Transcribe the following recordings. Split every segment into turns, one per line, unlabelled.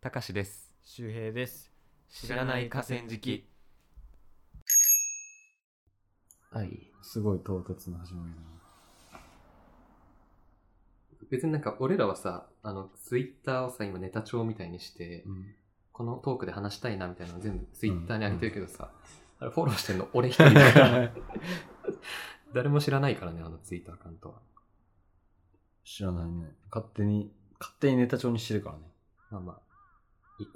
たかしです
周平です
知らない河川敷
はい。
すごい唐突な始まりだな。
別になんか俺らはさ、あの、ツイッターをさ、今ネタ帳みたいにして、このトークで話したいなみたいなの全部ツイッターに上げてるけどさ、あれフォローしてんの俺一人だから、 誰も知らないからね、あのツイッターアカウントは。
知らないね。勝手に、勝手にネタ帳にしてるからね。
まあまあ、いいか。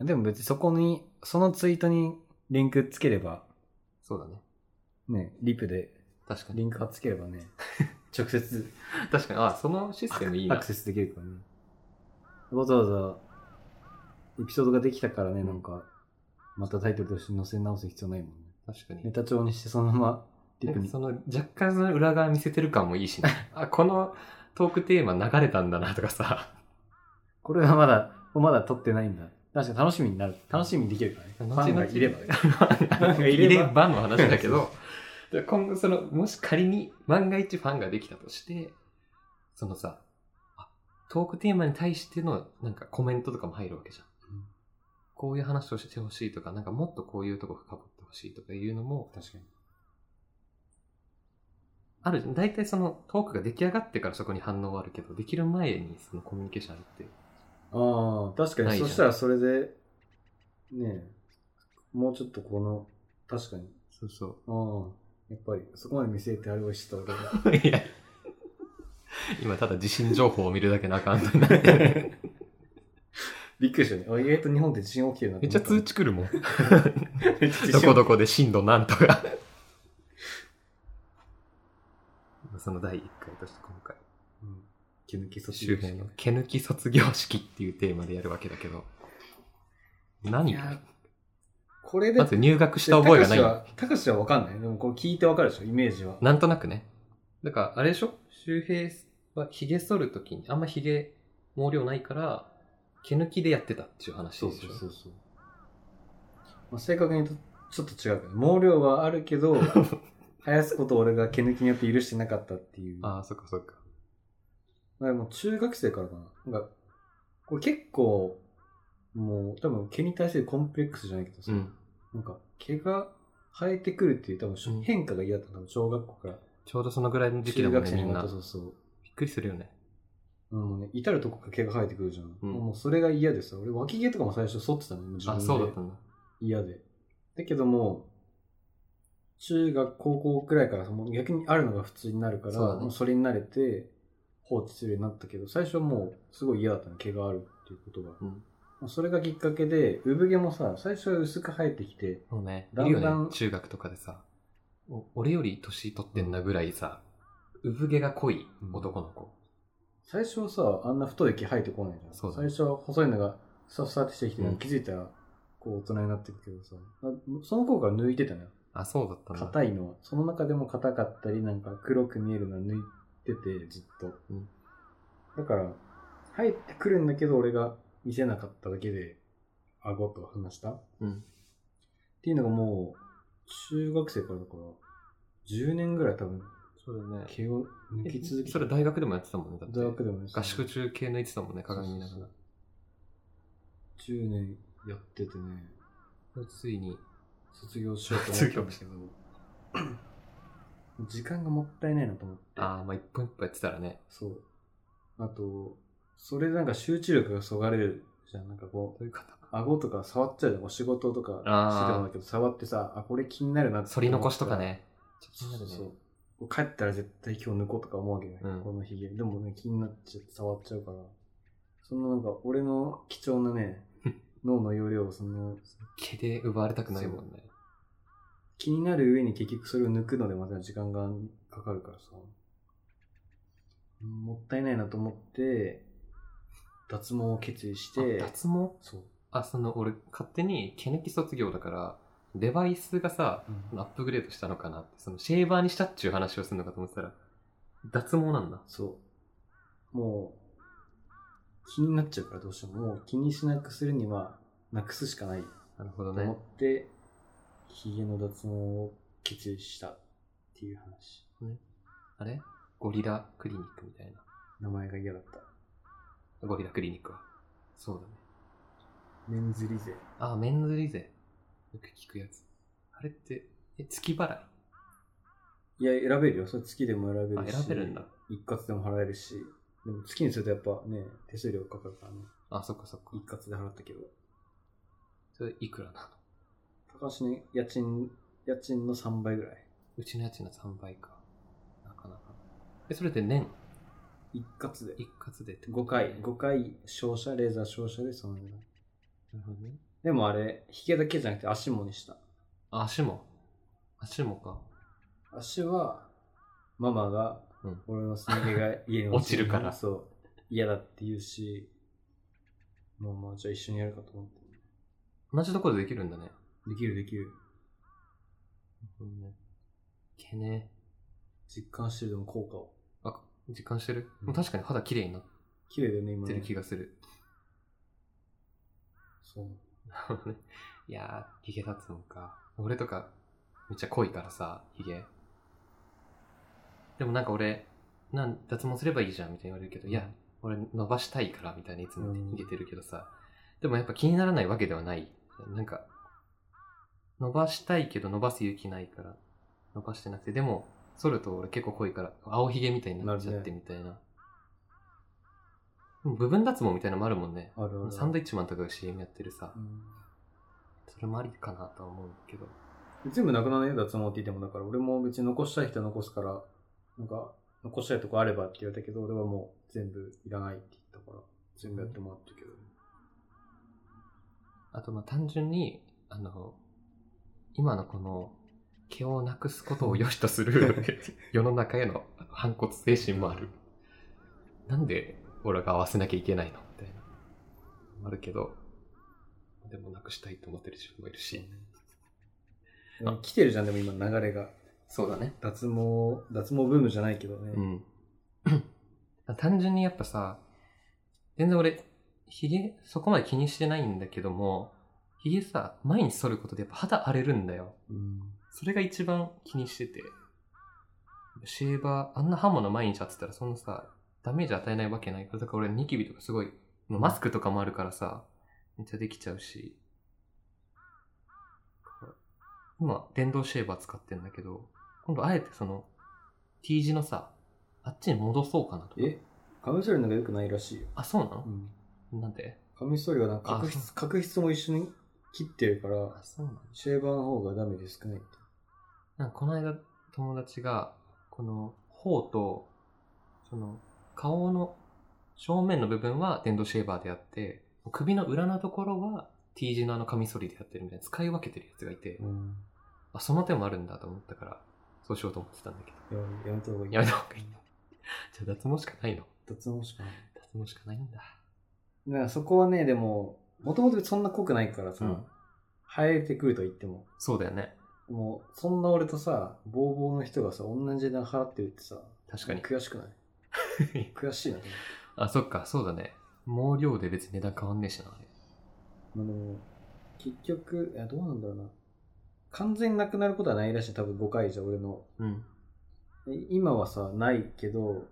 でも別にそこに、そのツイートにリンクつければ、
そうだね。
ね、リプで
確かに。
リンク貼っつければね、直接
確かに。あ、そのシステムいい
ア
な
ク。セスできるからね。わざわざ、エピソードができたからね、なんか、またタイトルとして載せ直す必要ないもんね。
確かに
ネ。タ帳にしてそのままリ
な
プ
ん
に
か。その若干その裏側見せてる感もいいしね。あ、このトークテーマ流れたんだなとかさ。
これはまだ、まだ撮ってないんだ。確かに楽しみになる。楽しみにできるからね。ファンがいればね。
ファンがい
いれ
れ
ば
ばの話だけど、 で今後その、もし仮に万が一ファンができたとして、そのさ、あトークテーマに対してのなんかコメントとかも入るわけじゃん。こういう話をしてほしいとか、なんかもっとこういうとこ深掘ってほしいとかいうのも、
確かに。
あるじゃん。大体そのトークが出来上がってからそこに反応はあるけど、できる前にそのコミュニケーションあるって、
ああ、確か
ないじ
に。
ゃ
そ
ん
したらそれで、ねえ、もうちょっとこの、確かに。
そうそ
ああ、やっぱり、そこまで見据えてあれをしてた 俺
う。
が。
いや、今ただ地震情報を見るだけのア カウントになってる。
びっくりしたね。あ意外と日本って地震起きてるな
めっちゃ通知来るもん。
知
どこどこで震度なんとか。 その第1回として今回、
うん気抜きそ
周辺の毛抜き卒業式っていうテーマでやるわけだけど、何
い
か
やこれで、
まず入学した覚えがな
高橋
い。
は高橋はわかんない。でもこれ聞いてわかるでしょ、イメージは。
なんとなくね。だから、あれでしょ周平は髭剃るときに、あんま髭毛量ないから、毛抜きでやってたっていう話でしょ
うそう。まあ、正確に言うと、ちょっと違うけど、毛量はあるけ ど、生やすことを俺が毛抜きによって許してなかったっていう。
ああ、そっかそっか。
まあ、もう中学生からかな。なんか、これ結構、もう多分毛に対するコンプレックスじゃないけどさ、
うん。
なんか毛が生えてくるっていう多分しょ
うん
変化が嫌だった多分小学校から
ちょうどそのぐらいの時期だ
中
もん
学
ね、
生
み
に
ん
な
な。
っ
び
た
っ
そうそう。
くりするよね。
あのね、至るとこから毛が生えてくるじゃん。
うん
もうそれが嫌でさ、俺脇毛とかも最初剃ってたの、もう自
あ、
分
そうだっ
で
たんだ。
嫌で。だけどもう、中学、高校くらいからもう逆にあるのが普通になるから、
そうだね
もうそれに慣れて放置するようになったけど、最初はもうすごい嫌だったの、毛があるっていうことが。
うん
もうそれがきっかけで、産毛もさ、最初は薄く生えてきて、
そうね。い
だん
る
だん
よね。中学とかでさ、お俺より年取ってんなぐらいさ、産毛が濃い男の子。
最初はさ、あんな太い毛生えてこないじゃん。
そうだ
最初は細いのがふさふさってしてきて、
うん
気づいたら、こう大人になってくけどさ、あその頃から抜いてたのよ。
あ、そうだったんだ。
硬いのはその中でも硬かったりなんか黒く見えるのは抜いててずっと、
うん
だから入ってくるんだけど俺が見せなかっただけで顎と話したっ
うん。
ていうのがもう中学生からだから10年ぐらい多分
そうだね。
毛を抜き続け
それ大学でもやってたもんね。だって
大学でもね
合宿中系抜いてたもんね、鏡見ながら。
10年やっててね
ついに、
卒業しようと思ったんですけど 時間がもったいないなと思って
ああ、まあ一本一本やってたらね。
そう。あと、それでなんか集中力がそがれるじゃん。なんかこう、
どういう方
顎とか触っちゃうじゃん。お仕事とかして
あー
たんだけど、触ってさ、あ、これ気になるなって思ったら。
反り残しとかね。気
そう
にな
そ
る
う
ね
そう。こう帰ったら絶対今日抜こうとか思うわけね。
うん
このヒゲ。でもね、気になっちゃって触っちゃうから。そのなんか、俺の貴重 なね、脳の容量をその、
毛で奪われたくないもんね。
気になる上に結局それを抜くのでまた時間がかかるからさ。うんもったいないなと思って、脱毛を決意して
あ、脱毛
そう。
あ、その俺、勝手に毛抜き卒業だから、デバイスがさ、アップグレードしたのかなって、そのシェーバーにしたっちゅう話をするのかと思ってたら、脱毛なんだ。
そう。もう、気になっちゃうからどうしても、もう気にしなくするには、なくすしかない
なるほど
と思
ね。
って、ヒゲの脱毛を決意したっていう話。
あれゴリラクリニックみたいな。
名前が嫌だった。
ゴリラクリニックは。そうだね。
メンズリゼ。
あ、メンズリゼ。よく聞くやつ。あれって、え、月払い
いや、選べるよ。それ月でも選べる
あ、
し。
選べるんだ。
一括でも払えるし。でも月にするとやっぱね、手数料かかるからね。
あ、そっかそっか
一。括で払ったけど。
それいくらなの
高橋の家賃、家賃の3倍ぐらい。
うちの家賃の3倍か。なかなか。え、それって年
一括で。
一括でってこ
5
とね
回、5回、照射、レーザー照射でそのぐらい。
なるほどね。
でもあれ、引けだけじゃなくて足もにした。
あ、足も。足もか。
足は、ママが
うん、
俺のすね毛が家に
落ちるから
そう。嫌だって言うし、もうまあじゃあ一緒にやるかと思って。
同じところでできるんだね。
できるできる。
うんね。毛ね。
実感してるでも効果を。
あ、実感してる、
うん
でも確かに肌綺麗になっ
綺麗だよね、今
て
ね
る気がする。
そう。
いやー、髭立つのか。俺とか、めっちゃ濃いからさ、髭。でもなんか俺、なん脱毛すればいいじゃんみたいに言われるけど、いや、俺伸ばしたいからみたいにいつも
うん
逃げてるけどさ、でもやっぱ気にならないわけではない。なんか、伸ばしたいけど伸ばす勇気ないから、伸ばしてなくて、でも、剃ると俺結構濃いから、青ひげみたいになっちゃってみたいな。でも部分脱毛みたいなのもあるもんね。
あるある。
サンドイッチマンとかが CM やってるさ
う、ん
それもありかなとは思うけど。
全部なくなるね、脱毛って言っても。だから俺も別に残したい人は残すから、なんか、残したいとこあればって言われたけど、俺はもう全部いらないって言ったから、全部やってもらったけど。
あとまあ単純に、あの、今のこの、毛をなくすことを良しとす る世の中への反骨精神もある。なんで俺が合わせなきゃいけないのみたいな。あるけど、でもなくしたいと思ってる自分もいるし。
でも来てるじゃん、でも今流れが。
そうだね。
脱毛、脱毛ブームじゃないけどね。
うん。 単純にやっぱさ、全然俺、ひげ、そこまで気にしてないんだけども、ひげさ、毎日剃ることでやっぱ肌荒れるんだよ。
うん。
それが一番気にしてて。シェーバー、あんな刃物毎日当てたらそのさ、ダメージ与えないわけないから、だから俺ニキビとかすごい、もうマスクとかもあるからさ、めっちゃできちゃうし。今、電動シェーバー使ってんだけど、今度あえてその、T 字のさ、あっちに戻そうかなとか。
えカミソリの方が良くないらしいよ。
あ、そうなの
う、ん。
なんで
カミソリはなんか角
あ
質
そ、
角質も一緒に切ってるから、
そうなの
シェーバーの方がダメージ少ないって。
なんかこの間友達が、この頬と、その顔の正面の部分は電動シェーバーでやって、首の裏のところは T 字のあのカミソリでやってるみたいな使い分けてるやつがいて、
うん。
あ、その手もあるんだと思ったから、そうしようと思ってたんだけど。
ややめた方がいい。
やめた方がいいな。 じゃあ脱毛しかないの
脱毛しかない。
脱毛しかないんだ。
だからそこはね、でも、もともとそんな濃くないからさ、
うん
生えてくるとは言っても。
そうだよね。
でもう、そんな俺とさ、ボーボーの人がさ、同じ値段払ってるってさ、
確かに。
悔しくない 悔しいな。で
あ、そっか、そうだね。毛量で別に値段変わんねえしな、あれ。
もまあでも、結局、いやどうなんだろうな。完全になくなることはないらしい、多分5回じゃ、俺の。
うん。
で今はさ、ないけど、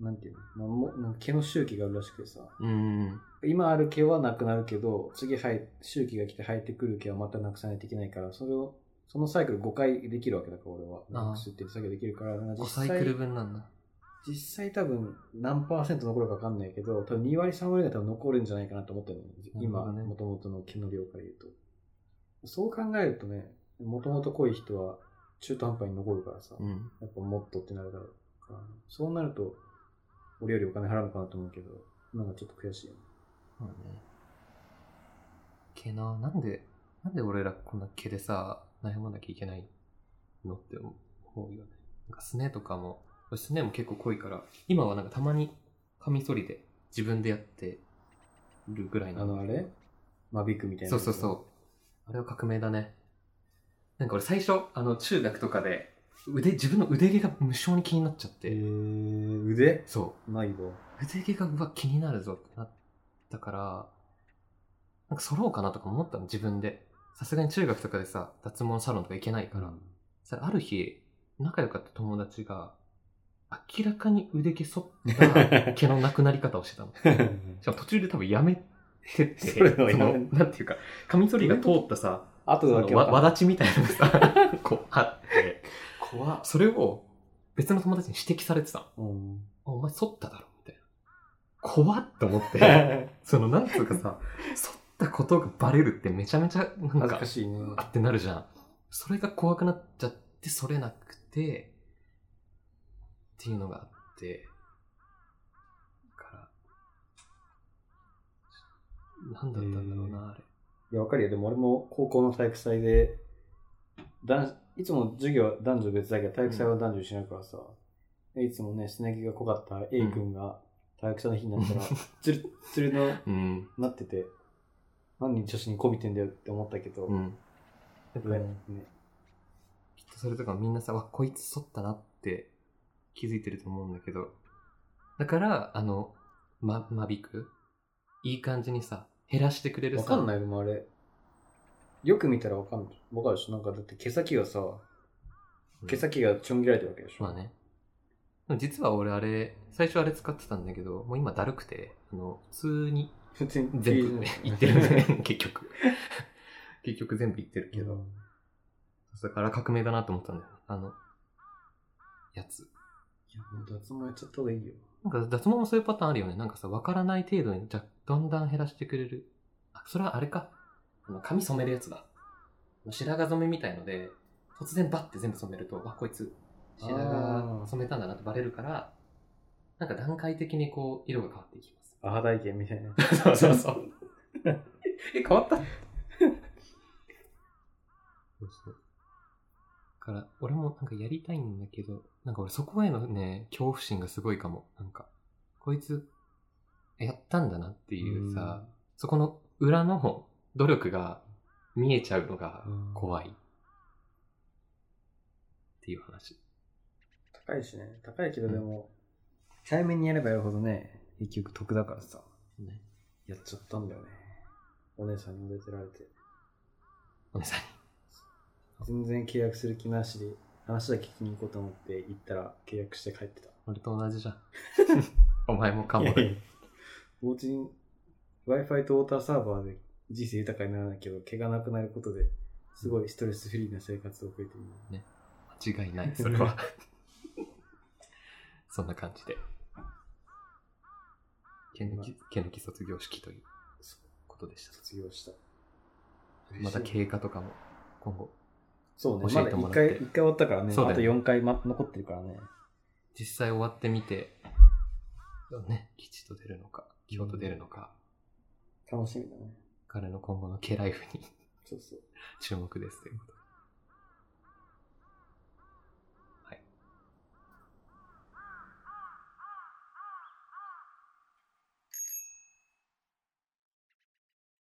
なんていうの、まあもなんか毛の周期があるらしくてさ、
うん。
今ある毛はなくなるけど、次生え、周期が来て生えてくる毛はまたなくさないといけないから、それを、そのサイクル5回できるわけだから、俺は。
ああ
なくすっていう作業できるから、
5
実
サイ
際、
クル分なんだ。
実際多分何パーセント残るかわかんないけど、多分2割3割が多分残るんじゃないかなと思ってるの。今、
なるほどね
もともとの毛の量から言うと。そう考えるとね、もともと濃い人は中途半端に残るからさ、
うん。
やっぱもっとってなるだろうから、そうなると、俺よりお金払うのかなと思うけど、なんかちょっと悔しいよね。
そうだね。毛な、なんで、なんで俺らこんな毛でさ、悩まなきゃいけないのって思うよね。なんかすねとかも、俺すねも結構濃いから、今はなんかたまにカミソリで自分でやってるぐらいな
あのあれ間引くみたいな
そう
やつ。
そうそう。あれは革命だね。なんか俺最初、あの中学とかで、腕、自分の腕毛が無性に気になっちゃっ
え
て、
ー、腕
そう。
ないわ。
腕毛がうわ気になるぞってなったからなんか揃おうかなとか思ったの自分でさすがに中学とかでさ脱毛サロンとか行けないから、さある日仲良かった友達が明 らかに腕毛剃った毛のなくなり方をしてたのしかも途中で多分やめってって、
それはいらない
そのなんていうか、カミソリが通ったさ、
あと
そ
だ
の
け
わ
わかん
わ
ない
だちみたいなのがさ、こうあって、
怖っ、
それを別の友達に指摘されてたの
うん、
あお前剃っただろみたいな。怖っと思って、そのなんつうか さ、剃ったことがバレるってめちゃめちゃなん
恥
か
ずか、しいね
あってなるじゃん。それが怖くなっちゃって、それなくて、っていうのがあって、だから、なんだったんだろうな、あれ。
いや、わかるよ。でも俺も高校の体育祭で、男いつも授業は男女別だけど、体育祭は男女一緒だからさ、でいつもね、すね毛が濃かった A 君が体育祭の日になっ たら、つるっつるの
うん。
なってて、何女子にこびてんだよって思ったけど、
うん。やっぱ
ね
ね、きっとそれとかみんなさ、わ、こいつ剃ったなって気づいてると思うんだけど、だから、あの、ま、間引くいい感じにさ、減らしてくれる
わ
さ。。
かんないいでもあれ、よく見たらわかんない。わかるでしょなんかだって毛先がさ、毛先がちょん切られてるわけでしょ。
まあね。でも実は俺あれ、最初あれ使ってたんだけど、もう今だるくて、あの、普通に
普通に
全部いってるね、 結局。結局全部いってるけ
け
ど。
ど、
だから革命だなと思ったんだよ。あの、やつ。
いや、もう脱毛やっちゃった方がいいよ。
なんか脱毛もそういうパターンあるよね。なんかさ、わからない程度に、じゃあ、だんだん減らしてくれる。あ、それはあれか。あの、髪染めるやつだ。白髪染めみたいので、突然バッて全部染めると、わ、こいつ、白髪染めたんだなってバレるから、なんか段階的にこう、色が変わっていきます。
アハ体験みたい な。
そうそうそう。え、変わったそうそう。だから、俺もなんかやりたいんだけど、なんか俺そこへのね、恐怖心がすごいかも。なんか、こいつ、やったんだなっていうさ、そこの裏の努力が見えちゃうのが
うん
怖い。っていう話。
高いしね高いけどでも、早めにやればやるほどね結局得だからさ
ね、
やっちゃったんだよねお姉さんにも出てられて
お姉さんに。
全然契約する気なしで話だけ聞きに行こうと思って行ったら契約して帰ってた
俺と同じじゃん。 お前もかも。
いやいやおうちに Wi-Fi とウォーターサーバーで人生豊かにならないけど毛がなくなることですごいストレスフリーな生活を送れてる
間違いない、それは。 そんな感じで。毛抜き、毛抜き卒業式ということでした。
卒業した
また経過とかも、今後。
そうね
教
ま
え
だ
てもらっ
1
て
回一回終わったからね
そうだ
あ
よ
と4回、ま、残ってるからね
実際終わってみて、ね、吉と出るのか、京と出るのか、
楽しみだね
彼の今後の毛ライフに
そうそう
注目ですということで